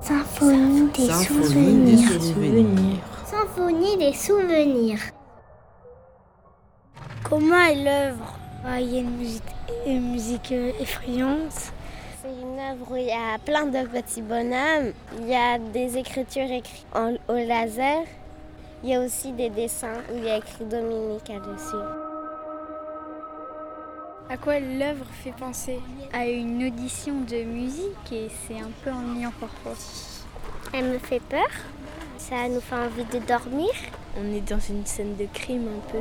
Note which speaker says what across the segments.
Speaker 1: Symphonie des
Speaker 2: Symphonie
Speaker 1: souvenirs.
Speaker 2: des souvenirs.
Speaker 1: Symphonie des souvenirs. Comment est l'œuvre Ah, Il y a une musique, une musique euh, effrayante.
Speaker 3: C'est une œuvre où il y a plein de petits bonhommes. Il y a des écritures écrites en- au laser. Il y a aussi des dessins où il y a écrit Dominique dessus.
Speaker 4: À quoi l'œuvre fait penser À une audition de musique et c'est un peu ennuyant parfois.
Speaker 3: Elle me fait peur. Ça nous fait envie de dormir.
Speaker 5: On est dans une scène de crime un peu.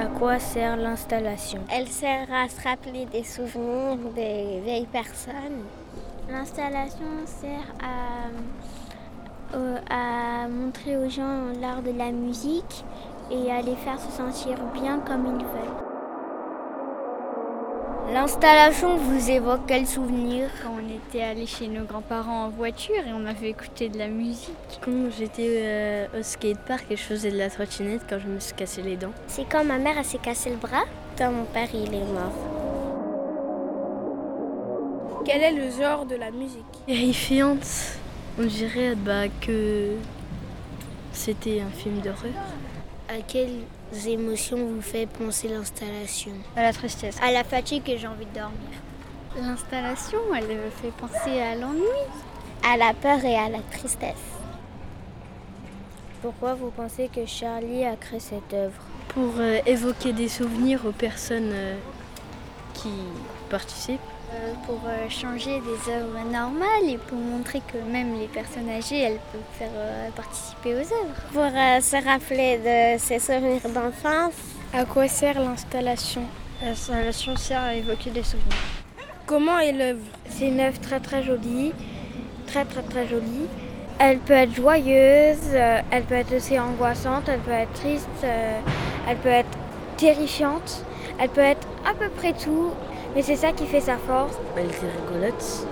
Speaker 5: À quoi sert l'installation
Speaker 3: Elle sert à se rappeler des souvenirs des vieilles personnes.
Speaker 1: L'installation sert à, euh, à montrer aux gens l'art de la musique et à les faire se sentir bien comme ils veulent.
Speaker 5: L'installation vous évoque quel souvenir
Speaker 4: Quand on était allé chez nos grands-parents en voiture et on avait écouté de la musique.
Speaker 5: Quand j'étais euh, au skatepark et je faisais de la trottinette quand je me suis cassé les dents.
Speaker 3: C'est quand ma mère elle s'est cassé le bras. Quand mon père il est mort.
Speaker 6: Quel est le genre de la musique
Speaker 5: Terrifiante. On dirait bah, que c'était un film d'horreur.
Speaker 1: À quelles émotions vous fait penser l'installation
Speaker 4: À la tristesse.
Speaker 1: À la fatigue et j'ai envie de dormir.
Speaker 4: L'installation, elle me fait penser à l'ennui.
Speaker 3: À la peur et à la tristesse.
Speaker 5: Pourquoi vous pensez que Charlie a créé cette œuvre Pour euh, évoquer des souvenirs aux personnes euh, qui participent.
Speaker 4: pour euh, changer des œuvres normales et pour montrer que même les personnes âgées, elles peuvent faire euh, participer aux œuvres.
Speaker 3: Pour euh, se rappeler de ses souvenirs d'enfance.
Speaker 6: À quoi sert l'installation
Speaker 4: L'installation sert à évoquer des souvenirs.
Speaker 6: Comment est l'œuvre
Speaker 1: C'est une œuvre très très jolie, très très très jolie. Elle peut être joyeuse, euh, elle peut être aussi angoissante, elle peut être triste, euh, elle peut être terrifiante, elle peut être à peu près tout, mais c'est ça qui fait sa force.
Speaker 5: Elle était rigolote.